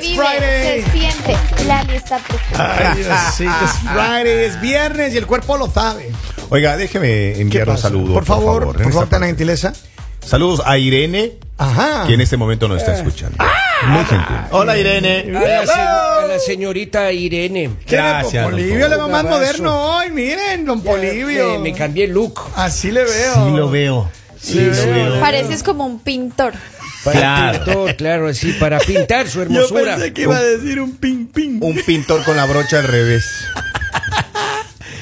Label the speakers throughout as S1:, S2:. S1: vive, se siente. Lali está perfecta.
S2: Ay, Diosito, es Friday, es viernes y el cuerpo lo sabe.
S3: Oiga, déjeme
S2: ¿Qué
S3: enviar un
S2: pasa?
S3: saludo.
S2: Por favor,
S3: en
S2: por
S3: esta
S2: favor, tan
S3: parte.
S2: gentileza.
S3: Saludos a Irene,
S2: Ajá.
S3: que en este momento nos está
S2: Eh.
S3: escuchando.
S2: Ah.
S3: Muy gentil. Hola, Irene.
S4: A la, se- a la señorita Irene.
S2: ¿Quién es?
S3: Gracias,
S2: Don
S3: don
S2: Polivio, le va más
S4: Abrazo.
S2: moderno hoy. Miren, don Polivio.
S4: Eh, Me, cambié el look.
S2: Así le veo.
S3: veo. Sí, lo veo.
S1: Pareces como un pintor.
S4: Pues
S3: Claro.
S4: Pintor, claro, así, para pintar su
S2: Yo
S4: hermosura.
S2: pensé que iba a decir un ping ping.
S3: Un pintor con la brocha al revés.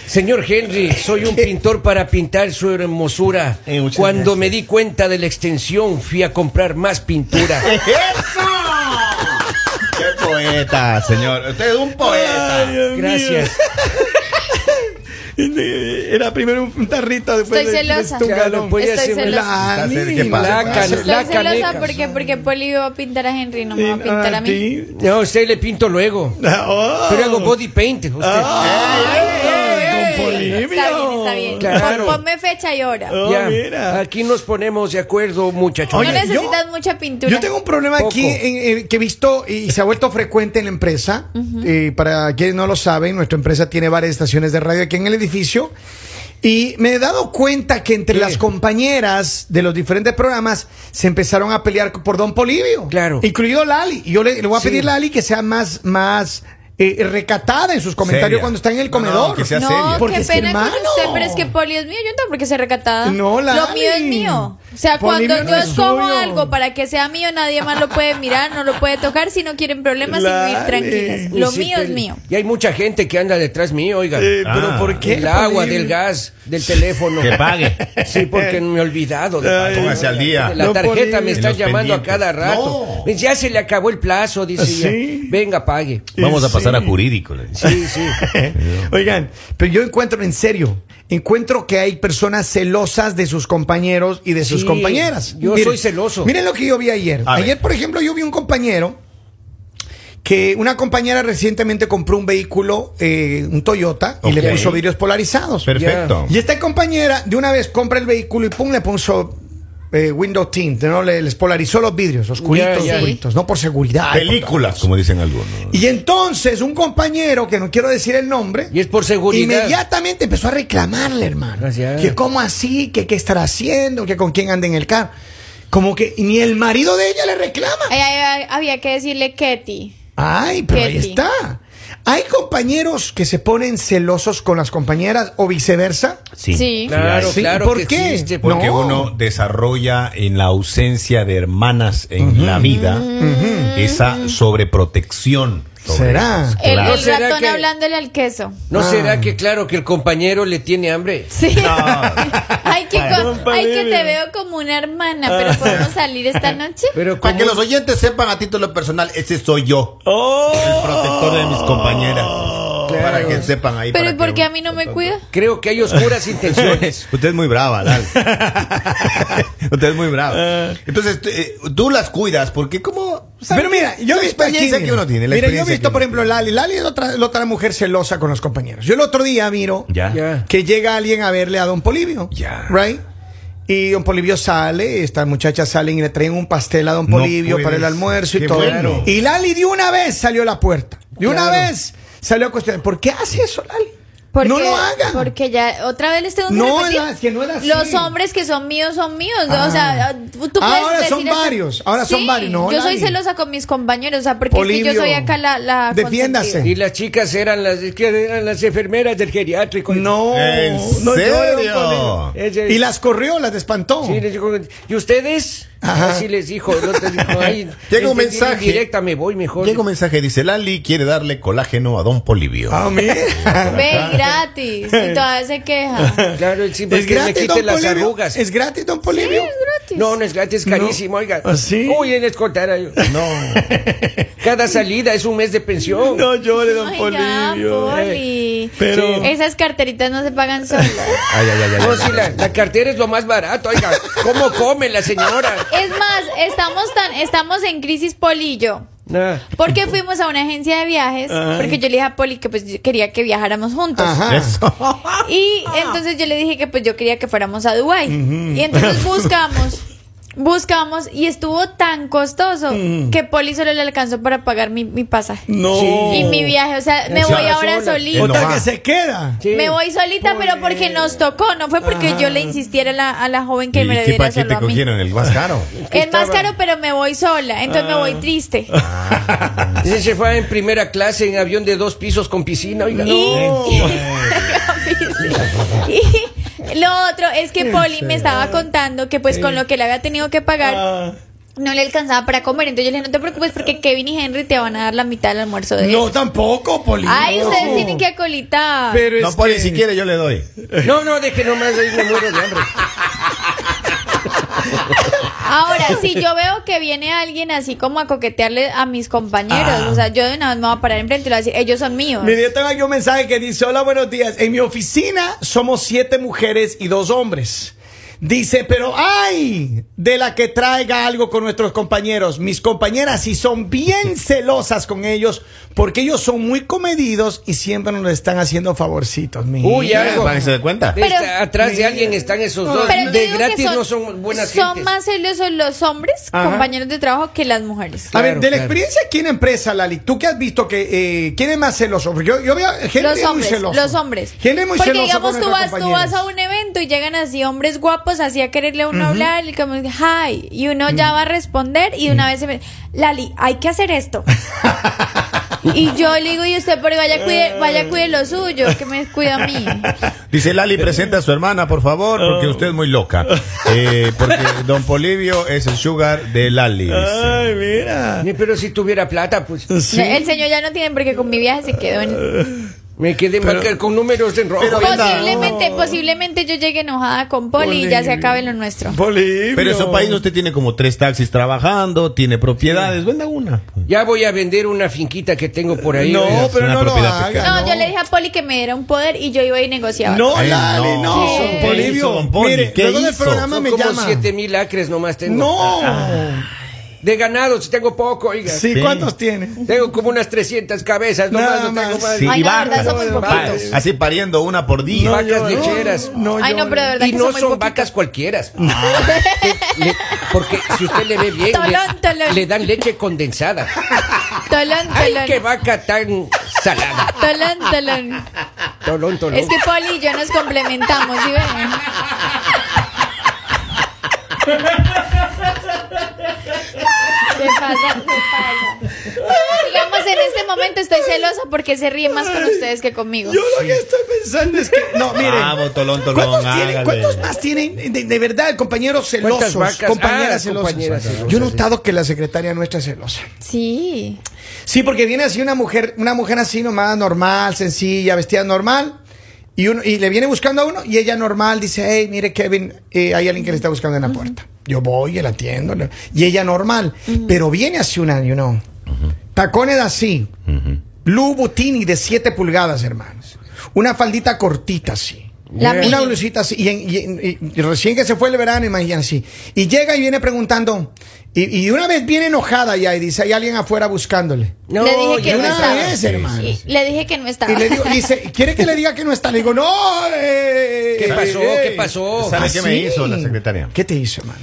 S4: Señor Henry, soy un pintor para pintar su hermosura.
S3: Eh, muchas
S4: Cuando
S3: gracias.
S4: me di cuenta de la extensión, fui a comprar más pintura.
S3: ¡Qué poeta, señor! Usted es un
S2: Ay,
S3: poeta.
S2: Dios mío.
S4: Gracias.
S2: eh, Era primero un tarrito, después
S1: Estoy
S2: le-
S1: celosa.
S2: un
S4: Ya,
S2: galón.
S4: no podía
S1: Estoy
S4: ser-
S1: celosa.
S2: La
S3: ¿Qué
S2: niña.
S3: pasa?
S4: La can-
S1: Estoy
S4: la
S1: celosa
S4: caneca.
S1: porque, porque Poli va a pintar a Henry, no me va a pintar a mí.
S2: ti.
S4: No, a usted le pinto luego.
S2: Oh. Ah,
S4: Pero hago body paint. Usted.
S2: Ay, don Polivio.
S1: Está bien, está bien.
S4: Claro.
S1: Pon- Ponme fecha y hora.
S2: Oh,
S4: Ya,
S2: mira.
S4: Aquí nos ponemos de acuerdo, muchachos.
S2: Oye,
S1: no necesitas mucha pintura.
S2: Yo tengo un problema
S4: Poco.
S2: aquí en- en- que he visto y se ha vuelto frecuente en la empresa. Eh, para quienes no lo saben, nuestra empresa tiene varias estaciones de radio aquí en el edificio. Y me he dado cuenta que entre
S4: ¿Qué?
S2: las compañeras de los diferentes programas se empezaron a pelear por Don Polivio.
S4: Claro.
S2: Incluido Lali. Y yo le, le voy a
S4: Sí.
S2: pedir a Lali que sea más, más eh, recatada en sus comentarios
S3: Seria.
S2: cuando está en el
S3: No, no,
S2: comedor.
S3: que sea
S1: no,
S3: seria.
S2: Porque
S1: qué
S2: es que,
S1: pena con
S2: hermano.
S1: usted, pero es que Poli es mío, yo no tengo por qué ser recatada.
S2: No, Lali.
S1: Lo mío es mío. O sea,
S2: Poli
S1: cuando
S2: no
S1: yo
S2: es
S1: escojo
S2: suyo.
S1: algo para que sea mío, nadie más lo puede mirar, no lo puede tocar, si no quieren problemas,
S2: Lali.
S1: sin vivir tranquilas. Lo
S4: Sí,
S1: mío es
S4: pero-
S1: mío.
S4: Y hay mucha gente que anda detrás mío, oiga.
S2: Eh, pero
S3: Ah.
S2: ¿por qué?
S4: Del agua,
S2: Polibio?
S4: del gas, del teléfono.
S3: Que pague.
S4: Sí, porque me he olvidado. de
S2: Ay,
S4: pagar.
S3: Póngase al día.
S4: La
S2: No
S4: tarjeta
S2: podía.
S4: me
S3: En
S4: está
S3: los
S4: llamando a
S3: pendientes.
S4: cada rato.
S3: No.
S4: Me dice, Ya se le acabó el plazo, dice ella.
S2: Sí.
S4: Venga, pague.
S3: Vamos a pasar a
S2: Sí.
S3: jurídico. le dice.
S4: Sí, sí.
S2: Oigan, pero yo encuentro, en serio, encuentro que hay personas celosas de sus compañeros y de sus
S4: Sí,
S2: compañeras.
S4: yo soy celoso.
S2: Miren lo que yo vi ayer.
S3: A
S2: ayer,
S3: ver.
S2: por ejemplo, yo vi un compañero que una compañera recientemente compró un vehículo, eh, un Toyota, y le
S3: Ok.
S2: puso vidrios polarizados.
S3: Perfecto.
S2: Y esta compañera de una vez compra el vehículo y pum, le puso eh, window tint, ¿no? Le- les polarizó los vidrios, oscuritos,
S4: Ya, ya.
S2: oscuritos, no por seguridad.
S3: Películas, como dicen algunos.
S2: Y entonces un compañero, que no quiero decir el nombre,
S4: Y es por seguridad.
S2: inmediatamente empezó a reclamarle, hermano.
S4: Gracias.
S2: Que cómo así, que qué estará haciendo, que con quién anda en el carro. Como que ni el marido de ella le reclama.
S3: Eh,
S1: Ahí- ahí- ahí había que decirle Ketty.
S2: Ay, pero ahí
S1: Ketty.
S2: está. ¿Hay compañeros que se ponen celosos con las compañeras o viceversa?
S3: Sí.
S1: Sí.
S4: Claro,
S2: Sí,
S4: claro.
S2: ¿por
S4: que
S2: qué?
S4: existe.
S3: Porque
S2: No.
S3: uno desarrolla en la ausencia de hermanas en la vida esa sobreprotección. sobre
S2: ¿Será?
S3: ellas.
S1: El,
S3: Claro.
S1: el
S4: ¿Será
S1: ratón
S4: que-
S1: hablándole al queso.
S4: ¿No
S2: Ah.
S4: será que claro que el compañero le tiene hambre?
S1: Sí. Ay, que,
S3: Bueno.
S1: co- ay, que te veo como una hermana, pero podemos salir esta noche.
S4: Pero
S3: Para que
S4: como-
S3: los oyentes sepan a título personal, ese soy yo. El protector de mis compañeras. Para que sepan ahí.
S1: Pero ¿y
S3: para
S1: por
S3: que-
S1: qué a mí no me cuida?
S4: Creo que hay oscuras intenciones.
S3: Usted es muy brava, Lal. Usted es muy brava. Entonces, tú, eh, tú las cuidas, porque como...
S2: Pero mira, yo
S3: La
S2: he visto aquí,
S3: experiencia que uno tiene, la
S2: mira, yo he
S3: experiencia
S2: visto,
S3: que
S2: por ejemplo,
S3: uno tiene.
S2: Lali. Lali es otra, la otra mujer celosa con los compañeros. Yo el otro día miro
S3: Ya.
S4: Ya.
S2: que llega alguien a verle a Don Polivio.
S3: Ya.
S2: Right? Y Don Polivio sale, estas muchachas salen y le traen un pastel a Don
S3: No
S2: Polivio
S3: puede
S2: para el
S3: ser.
S2: almuerzo y
S3: Qué
S2: todo.
S3: bueno.
S2: Y Lali de una vez salió a la puerta. De una
S4: Claro.
S2: vez salió a cuestionar. ¿Por qué hace eso, Lali? no lo hagan.
S1: Porque ya, otra vez les tengo que
S2: No,
S1: repetir.
S2: era- es que no era así.
S1: Los hombres que son míos son míos. ¿no?
S2: Ah.
S1: O sea, tú puedes
S2: Ahora
S1: decir
S2: son
S1: eso.
S2: varios, ahora son
S1: Sí,
S2: varios, no,
S1: yo soy
S2: Lali.
S1: celosa con mis compañeros, o sea, porque es que
S2: Polibio,
S1: yo soy acá la. la
S2: defiéndase.
S1: consentida.
S4: Y las chicas eran las, que eran las enfermeras del geriátrico.
S2: No.
S3: ¿En
S2: no lloren,
S3: serio?
S2: Polibio.
S4: Ese-
S2: Y las corrió, las espantó.
S4: Sí, les dijo, ¿Y ustedes?
S2: Oh. Ajá.
S4: Así les dijo. el otro dijo, ay,
S3: Llega un
S4: entendí
S3: mensaje.
S4: Directa me voy mejor.
S3: Llega un mensaje, dice, Lali quiere darle colágeno a Don Polivio.
S2: Ah, mira.
S1: Ve gratis. Y todavía se queja.
S4: Claro, él siempre
S2: Es
S4: que me
S2: gratis,
S4: quite
S2: don
S4: las
S2: Polibio.
S4: arrugas.
S2: Es gratis, don Polivio.
S1: Gratis.
S4: No, no es gratis, es carísimo, oiga.
S2: ¿Ah, sí?
S4: Uy, en escotara yo.
S3: No.
S4: Cada salida es un mes de pensión.
S2: llore, don
S1: Ay, ya,
S2: Polivio. eh,
S1: Poli.
S2: Pero-
S1: Esas carteritas no se pagan solas.
S3: Ay, ay, ay, ay,
S4: No,
S3: ay,
S4: si
S3: ay.
S4: la, la cartera es lo más barato, oiga. ¿Cómo come la señora?
S1: Es más, estamos tan, estamos en crisis polillo.
S4: Nah.
S1: Porque fuimos a una agencia de viajes, porque yo le dije a Poli que pues yo quería que viajáramos juntos.
S2: Ajá.
S3: Eso.
S1: Y entonces yo le dije que pues yo quería que fuéramos a Dubai. Y entonces buscamos Buscamos y estuvo tan costoso que Poli solo le alcanzó para pagar mi, mi pasaje.
S2: No.
S1: Y mi viaje, o sea, me
S3: O sea,
S1: voy ahora
S4: sola.
S2: O
S1: solita.
S2: tal
S3: Enojada.
S2: que se queda.
S4: Sí.
S1: Me voy solita, pero porque nos tocó, no fue porque yo le insistiera a la, a la joven que me
S3: ¿Y
S1: le
S3: qué
S1: diera
S3: paquete
S1: solo a mí.
S3: cogieron? El más caro.
S1: Es más caro, pero me voy sola, entonces me voy triste.
S4: Ese se fue en primera clase en avión de dos pisos con piscina. oiga.
S1: Y, y lo otro es que Poli me estaba contando que pues con lo que le había tenido que
S4: Ah.
S1: pagar
S2: pues.
S1: no le alcanzaba para comer. Entonces yo le dije, no te preocupes porque Kevin y Henry te van a dar la mitad del almuerzo de
S2: No,
S1: ellos.
S2: tampoco, pues, Poli.
S1: Ay,
S2: No.
S1: ustedes tienen que acolitar.
S2: Pero
S3: No,
S2: es
S3: Poli,
S2: que-
S3: si quiere yo le doy.
S4: No, no, deje nomás, ahí me muero de hambre.
S1: Ahora, si yo veo que viene alguien así como a coquetearle a mis compañeros,
S4: Ah.
S1: o sea, yo de una vez me voy a parar enfrente y le voy a decir, ellos son míos.
S2: Mire, yo tengo aquí un mensaje que dice, hola, buenos días. En mi oficina somos siete mujeres y dos hombres. Dice, pero ay, de la que traiga algo con nuestros compañeros. Mis compañeras sí son bien celosas con ellos porque ellos son muy comedidos y siempre nos están haciendo favorcitos. mire.
S4: Uy, algo.
S3: ¿Para que se dé cuenta?
S1: Pero-
S4: Está- atrás de alguien están esos dos.
S1: Pero yo
S4: de
S1: digo que
S4: gratis no son buenas
S1: son
S4: gentes.
S1: más celosos los hombres,
S2: Ajá.
S1: compañeros de trabajo, que las mujeres.
S2: A
S4: Claro,
S2: ver, de la
S4: claro.
S2: experiencia aquí en empresa, Lali, ¿tú qué has visto que eh, quién es más celoso? Porque Yo, yo veo a Henry
S1: los
S2: es muy
S1: hombres,
S2: celoso.
S1: los hombres.
S2: Henry es muy
S1: Porque
S2: celoso
S1: digamos,
S2: con
S1: tú vas,
S2: nuestras
S1: tú vas a
S2: compañeras.
S1: un evento y llegan así hombres guapos, así a quererle a uno hablar, y como, hi, y uno ya va a responder, y de una vez se me, Lali, hay que hacer esto. y yo le digo, y usted, pero vaya, cuide, vaya, cuide lo suyo, que me cuida a mí.
S3: Dice Lali, presenta a su hermana, por favor, porque usted es muy loca. Eh, porque Don Polivio es el sugar de Lali. dice.
S2: Ay, mira.
S4: Ni- Pero si tuviera plata, pues
S1: El señor ya no tiene, porque con mi viaje se quedó en.
S4: me quedé marcar con números en rojo. ¿eh?
S3: pero-
S4: oiga.
S1: Posiblemente, posiblemente yo llegue enojada con Poli y ya se acabe lo nuestro.
S2: Bolivia.
S3: Pero en su país usted tiene como tres taxis trabajando, tiene propiedades, venda una.
S4: Ya voy a vender una finquita que tengo por ahí.
S2: No,
S4: oiga.
S3: es
S2: pero
S3: una
S2: no lo
S3: propiedad
S2: haga.
S3: pequeña.
S1: No, yo le dije a Poli que me diera un poder y yo iba y negociaba.
S2: No,
S3: Ay,
S2: Lali,
S3: no.
S2: no,
S1: ¿Qué?
S2: Don Polibio.
S3: ¿Qué hizo, don Poli?
S2: Mire,
S3: ¿Qué
S2: luego del
S3: hizo?
S2: programa
S4: Son
S2: me
S4: como
S2: llama.
S4: siete mil acres nomás tengo.
S2: No.
S4: De ganados tengo poco, oiga.
S2: Sí,
S3: Sí.
S2: ¿cuántos tiene?
S4: Tengo como unas 300 cabezas nomás.
S2: Nada
S4: no tengo
S2: más.
S4: más.
S3: Sí,
S1: Ay,
S3: y
S1: la verdad,
S3: bárbaros.
S1: somos
S3: Pa-
S1: poquitos.
S3: Así pariendo una por día.
S4: No, Vacas lecheras.
S1: Ay, no, pero de verdad
S4: Y
S1: que
S4: no
S1: son muy
S4: son
S1: poquitos.
S4: vacas cualquiera. porque si usted le ve bien,
S1: Tolón,
S4: le,
S1: tolón.
S4: le dan leche condensada.
S1: Tolón,
S4: ¡Ay,
S1: tolón.
S4: qué vaca tan salada!
S1: Tolón, tolón.
S4: Tolón, tolón.
S1: Es que Poli y yo nos complementamos, ¿sí ven? ¿Qué pasa? ¿Qué pasa? Digamos, en este momento estoy celosa porque se ríe más con ustedes que conmigo.
S2: Yo lo que estoy pensando es que. No, miren.
S3: Vamos, Tolón, Tolón,
S2: ¿Cuántos, tienen-
S3: hágale.
S2: cuántos más tienen? De, de verdad, compañeros
S4: ¿Cuántas
S2: celosos.
S4: vacas?
S2: Compañeras
S4: Ah,
S2: celosas.
S4: compañeras celosas,
S2: Yo he
S4: sí.
S2: notado que la secretaria nuestra es celosa.
S1: Sí.
S2: Sí, porque viene así una mujer, una mujer así nomás, normal, sencilla, vestida normal. Y, uno, y le viene buscando a uno y ella normal dice, hey, mire Kevin, eh, hay alguien que le está buscando en la puerta. Yo voy, y la atiendo. le- Y ella normal. Pero viene así una, you know. Tacones así. Blue Butini de 7 pulgadas, hermanos. Una faldita cortita así.
S1: La
S4: Bien.
S1: mini.
S2: Una blusita así. Y, en- y en- y- y recién que se fue el verano, imagínense. así. Y llega y viene preguntando. Y, y una vez viene enojada ya y dice, hay alguien afuera buscándole.
S4: No,
S1: le dije
S4: ya
S1: que no
S2: una
S4: me
S1: estaba.
S4: sabe.
S2: vez, hermano.
S1: Y- Le dije que no estaba.
S2: Y le digo, dice, ¿quiere que le diga que no está? Le digo, no. eh,
S4: ¿Qué
S2: eh,
S4: pasó?
S2: eh".
S4: ¿Qué pasó?
S3: ¿Sabe qué me
S2: Así.
S3: hizo la secretaria?
S2: Ah, ¿Qué te hizo, hermano?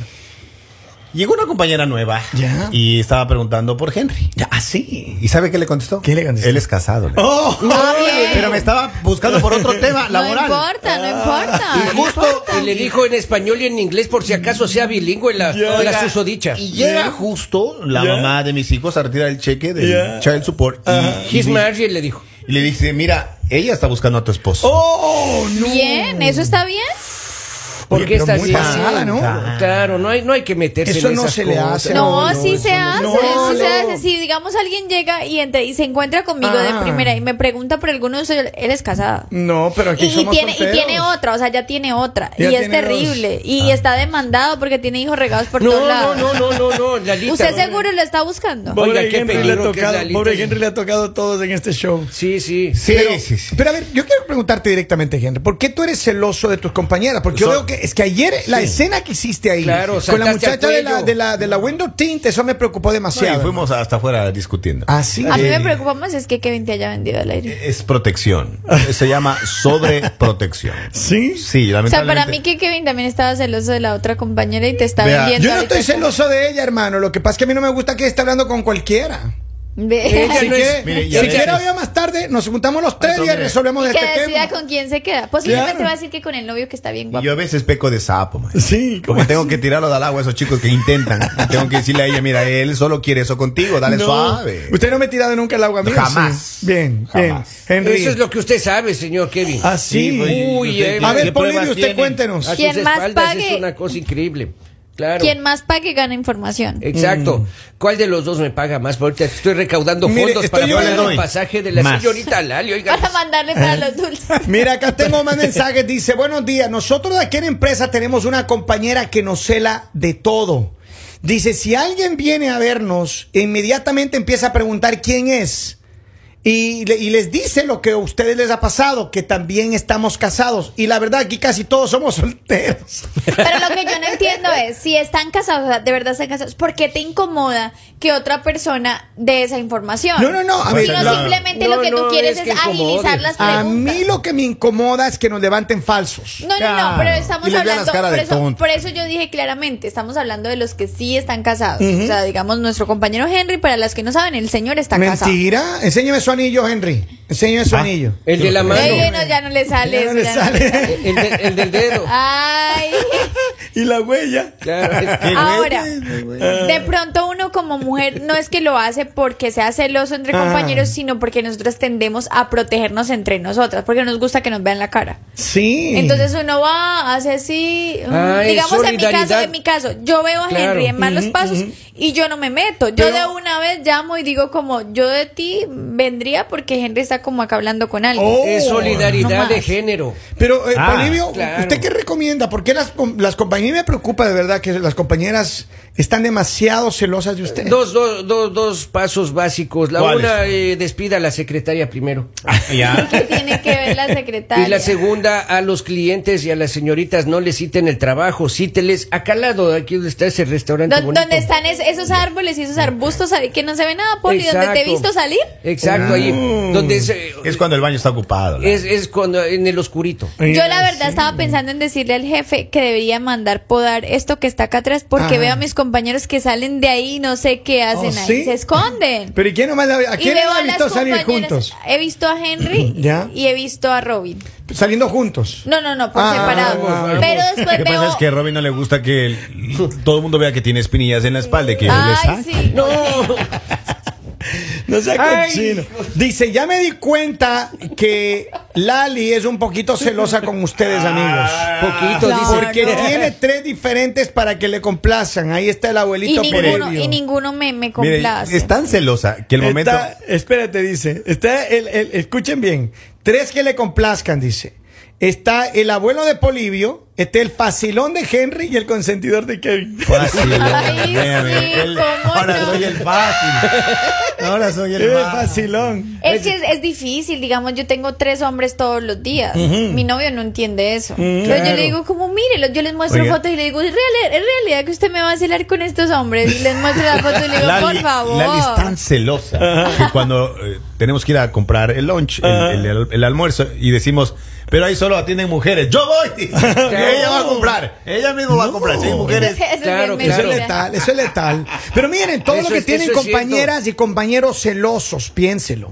S3: Llegó una compañera nueva
S2: Ya.
S3: y estaba preguntando por Henry.
S2: Así.
S3: ¿Y sabe qué le contestó?
S2: ¿Qué le contestó?
S3: Él es casado. le-
S1: Ah, bien.
S3: Pero me estaba buscando por otro tema
S1: No
S3: laboral.
S1: importa, no importa.
S3: Y justo-
S1: no importa.
S4: Ah, Y le dijo en español y en inglés por si acaso sea bilingüe la, la
S3: Oiga,
S4: susodicha.
S3: Y llega justo la mamá de mis hijos a retirar el cheque de
S2: Ya.
S3: Child Support. y- y,
S4: His
S3: di-
S4: married le dijo.
S3: y le dice, mira, ella está buscando a tu esposo.
S2: ¡Oh, no!
S1: Bien, ¿eso está bien?
S4: ¿Por
S2: Oye,
S4: qué
S2: pero
S4: está
S2: muy
S4: así?
S2: pasada, ¿no?
S4: Claro, no hay, no hay que meterse
S2: Eso
S4: en
S2: no
S4: esas
S2: se le
S4: cosas.
S2: hace.
S1: No,
S2: No, no,
S1: sí
S2: eso
S1: se
S2: no.
S1: hace,
S2: No,
S1: sí se
S2: no.
S1: hace. Si digamos alguien llega y entra y se encuentra conmigo de
S2: Ah.
S1: primera y me pregunta por alguno de ustedes, él es casada.
S2: No, pero aquí
S1: Y, y
S2: somos
S1: tiene, y
S2: solteros.
S1: tiene otra, o sea, ya tiene otra.
S2: Ya
S1: y es
S2: tiene dos. Ah.
S1: terrible. Y está demandado porque tiene hijos regados por
S4: No,
S1: todos
S4: no,
S1: lados.
S4: no, no, no, no, Lalita.
S1: ¿Usted seguro lo está buscando?
S4: Voy- Oiga,
S2: Pobre
S4: qué
S2: Henry, le ha
S4: peligro que es
S2: tocado,
S4: Lalita.
S2: pobre Henry le ha tocado todos en este show.
S4: Sí, sí.
S3: Sí,
S2: pero,
S3: sí, sí.
S2: pero a ver, yo quiero preguntarte directamente, Henry, ¿por qué tú eres celoso de tus compañeras? Porque yo
S3: Son-
S2: veo que es que ayer la escena que hiciste ahí
S4: Claro,
S2: con la
S4: saltaste al
S2: muchacha de la,
S4: cuello.
S2: de, la, de la window tint, eso me preocupó
S3: Sí,
S2: demasiado.
S3: fuimos hasta afuera discutiendo.
S2: Así.
S1: A mí
S3: Eh.
S1: me preocupa más es que Kevin te haya vendido el aire.
S3: Es protección. Se llama sobreprotección.
S2: Sí.
S3: Sí,
S1: O sea,
S3: lamentablemente.
S1: para mí que Kevin también estaba celoso de la otra compañera y te está
S3: Vea,
S1: vendiendo.
S2: Yo no
S1: ahorita
S2: estoy celoso de ella, hermano. Lo que pasa es que a mí no me gusta que esté hablando con cualquiera.
S1: como- Ve.
S4: Ella
S2: Si
S4: no es-
S2: quiere,
S3: Pues, mire,
S2: si
S3: ya ves.
S2: quiere, hoy a más tarde, nos juntamos los tres
S3: Entonces,
S2: y
S3: mire.
S2: resolvemos
S1: Y
S2: este
S1: que decida
S2: tema.
S1: con quién se queda. Posiblemente
S2: Claro.
S1: va a decir que con el novio que está bien
S3: Y
S1: guapo.
S3: Yo a veces peco de sapo, man.
S2: Sí,
S3: Como tengo que tirarlos al agua a esos chicos que intentan. Tengo que decirle a ella, mira, él solo quiere eso contigo, dale
S2: No.
S3: suave.
S2: Usted no me ha tirado nunca el agua mía.
S3: Jamás.
S2: Sí. Bien,
S3: Jamás.
S2: bien. Henry. Ah,
S4: Eso es lo que usted sabe, señor Kevin.
S2: Así.
S3: Sí, pues,
S4: Uy,
S3: usted-
S4: eh,
S2: a
S4: ¿qué
S2: ver, Polivio,
S3: pruebas
S2: usted
S3: tienen?
S2: cuéntenos.
S4: A
S1: Quien
S4: sus
S1: más
S4: espaldas
S1: pague-
S4: es una cosa increíble. Claro.
S1: Quien más pague gana información.
S4: Exacto. ¿Cuál de los dos me paga más? Por ahorita estoy recaudando
S2: Mm. Mire,
S4: fondos
S2: estoy
S4: para pagar
S2: llorando
S4: el
S3: hoy.
S4: pasaje de la
S3: Más.
S4: señorita Lali. Oiga,
S1: Para mandarle para los dulces.
S2: Mira, acá tengo más mensajes. Dice, buenos días. Nosotros aquí en empresa tenemos una compañera que nos cela de todo. Dice, si alguien viene a vernos, inmediatamente empieza a preguntar quién es. Y, le- y les dice lo que a ustedes les ha pasado, que también estamos casados. Y la verdad, aquí casi todos somos solteros.
S1: Pero lo que yo no entiendo es, si están casados, o sea, de verdad están casados, ¿por qué te incomoda que otra persona dé esa información?
S2: No, no, no, a
S1: Si
S2: ver,
S1: no,
S2: la-
S1: simplemente
S4: No,
S1: lo que
S4: no,
S1: tú quieres
S4: es
S1: es,
S4: que incomode.
S1: agilizar las preguntas.
S2: A mí lo que me incomoda es que nos levanten falsos.
S1: No, no, no, pero estamos
S3: Y les vean las
S1: hablando.
S3: caras
S1: Por
S3: de
S1: eso,
S3: tonto.
S1: por eso yo dije claramente, estamos hablando de los que sí están casados. O sea, digamos, nuestro compañero Henry, para las que no saben, el señor está casado.
S2: Mentira. Enséñeme su anillo, Henry. Enséñeme su
S3: Ah.
S2: anillo.
S4: El de la mano.
S1: Ey, no, ya no le sale.
S2: Ya
S1: eso,
S2: no le
S1: ya no
S2: sale.
S1: le sale.
S4: El, de- el del dedo.
S1: Ay,
S2: Y la huella.
S4: Claro.
S3: Qué
S1: ahora,
S3: güey.
S1: de pronto uno como mujer no es que lo hace porque sea celoso entre
S2: Ah.
S1: compañeros, sino porque nosotras tendemos a protegernos entre nosotras, porque nos gusta que nos vean la cara.
S2: Sí.
S1: Entonces uno va, hace así. mm,
S4: Ay,
S1: Digamos en mi caso,
S4: solidaridad.
S1: en mi caso, yo veo a
S4: Claro.
S1: Henry en malos pasos y yo no me meto. Yo de una vez llamo y digo como, yo de ti vendría porque Henry está como acá hablando con alguien.
S2: Oh.
S4: Es
S1: No
S4: solidaridad
S1: más.
S4: de género.
S2: Pero, eh,
S3: Ah,
S2: Polibio,
S4: claro.
S2: ¿usted qué recomienda? Porque las, com- las compañías me preocupa de verdad que las compañeras están demasiado celosas de usted.
S4: Dos, dos, dos, dos pasos básicos. La
S3: ¿Cuáles?
S4: una, eh, despida a la secretaria primero.
S3: Ya.
S1: ¿Qué tiene que ver la secretaria?
S4: Y la segunda, a los clientes y a las señoritas no les citen el trabajo, cíteles acá al lado, aquí donde está ese restaurante.
S1: Dó-
S4: bonito.
S1: Donde están es- esos árboles y esos arbustos ahí que no se ve nada, Poli, donde te he
S4: Exacto.
S1: visto salir.
S4: Exacto, ahí. Donde es, eh,
S3: Es cuando el baño está ocupado. la-
S4: es, es cuando en el oscurito.
S1: Yo la verdad estaba pensando en decirle al jefe que debería mandar podar esto que está acá atrás porque
S2: Ajá. Oh,
S1: veo a mis compañeros que salen de ahí y no sé qué hacen ahí,
S2: ¿sí?
S1: se esconden.
S2: Pero ¿y quién nomás la, a
S1: Y
S2: quién
S1: veo
S2: no ha
S1: a las
S2: visto salir
S1: compañeras.
S2: juntos?
S1: He visto a Henry
S2: Ya.
S1: y he visto a Robin.
S2: Saliendo juntos.
S1: No, no, no, por
S2: Ah,
S1: separado.
S2: vamos, vamos.
S1: Pero
S3: Lo
S1: después
S3: que
S1: Pues veo.
S3: pasa es que a Robin no le gusta que el- todo el mundo vea que tiene espinillas en la espalda y que yo le
S1: Ay,
S3: saque.
S1: sí.
S4: No,
S2: No sea
S4: Ay.
S2: cochino. Dice, ya me di cuenta que Lali es un poquito celosa con ustedes, amigos.
S4: poquito,
S1: No,
S4: dice.
S2: Porque tiene tres diferentes para que le complazcan. Ahí está el
S1: Y
S2: abuelito
S1: ninguno,
S2: Polibio.
S1: y ninguno me, me
S3: Mire, este,
S1: complace.
S3: es tan celosa que el momento.
S2: Está- espérate, dice. Está el, el- escuchen bien. Tres que le complazcan, dice. Está el abuelo de Polibio, está el facilón de Henry y el consentidor de Kevin.
S3: Fácil.
S1: Ay, sí,
S3: Véame, él-
S1: ¿cómo
S3: ahora
S1: no?
S3: soy el fácil. Ahora soy el
S2: Eh,
S3: fácil.
S2: facilón.
S1: Es que es, es difícil, digamos, yo tengo tres hombres todos los días. Mi novio no entiende eso. Entonces yo le digo, como mírelo, yo les muestro
S3: Oiga.
S1: fotos y le digo, "Es real- es realidad que usted me va a celar con estos hombres. Y les muestro la foto y le digo, por favor.
S3: Lali es tan celosa que cuando eh, tenemos que ir a comprar el lunch, el, el- el- el almuerzo, y decimos, pero ahí solo atienden mujeres. Yo voy. ella va a comprar. Ella misma va a comprar. Sí, mujeres.
S1: Eso es
S4: Claro,
S1: bien
S2: Eso
S4: claro.
S2: es
S1: mentira.
S2: letal, eso es letal. Pero miren, todo
S4: Eso
S2: lo que
S4: es-
S2: tienen
S4: eso es
S2: compañeras y compañeros celosos, piénselo.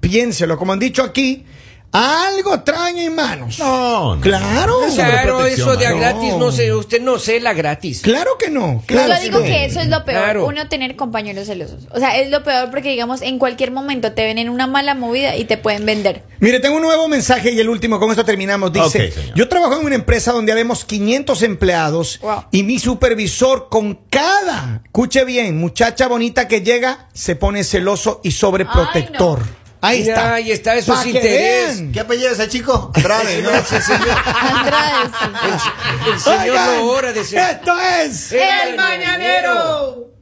S2: Piénselo, como han dicho aquí, algo traen en manos.
S3: No, no.
S2: Claro.
S3: Es
S4: Claro,
S3: sobreprotección,
S4: eso de a
S3: mano.
S4: gratis, no sé, usted no cela gratis.
S2: Claro que no. Claro
S1: Yo digo
S2: no.
S1: que eso es lo peor,
S4: Claro.
S1: uno tener compañeros celosos. O sea, es lo peor porque, digamos, en cualquier momento te ven en una mala movida y te pueden vender.
S2: Mire, tengo un nuevo mensaje y el último, con esto terminamos. Dice,
S3: Ok, señor.
S2: yo trabajo en una empresa donde habemos 500 empleados
S1: Wow.
S2: y mi supervisor con cada, escuche bien, muchacha bonita que llega, se pone celoso y sobreprotector.
S1: Ay,
S2: Ahí
S4: Mira,
S2: está.
S4: ahí está, eso
S2: Pa'
S4: es
S2: que
S4: interés.
S2: vean.
S3: ¿Qué apellido es ese chico? Andrade, ¿no?
S1: Andrade, sí.
S4: El señor
S2: Oigan, eh,
S4: no ora de ser.
S2: Esto es
S1: El Mañanero.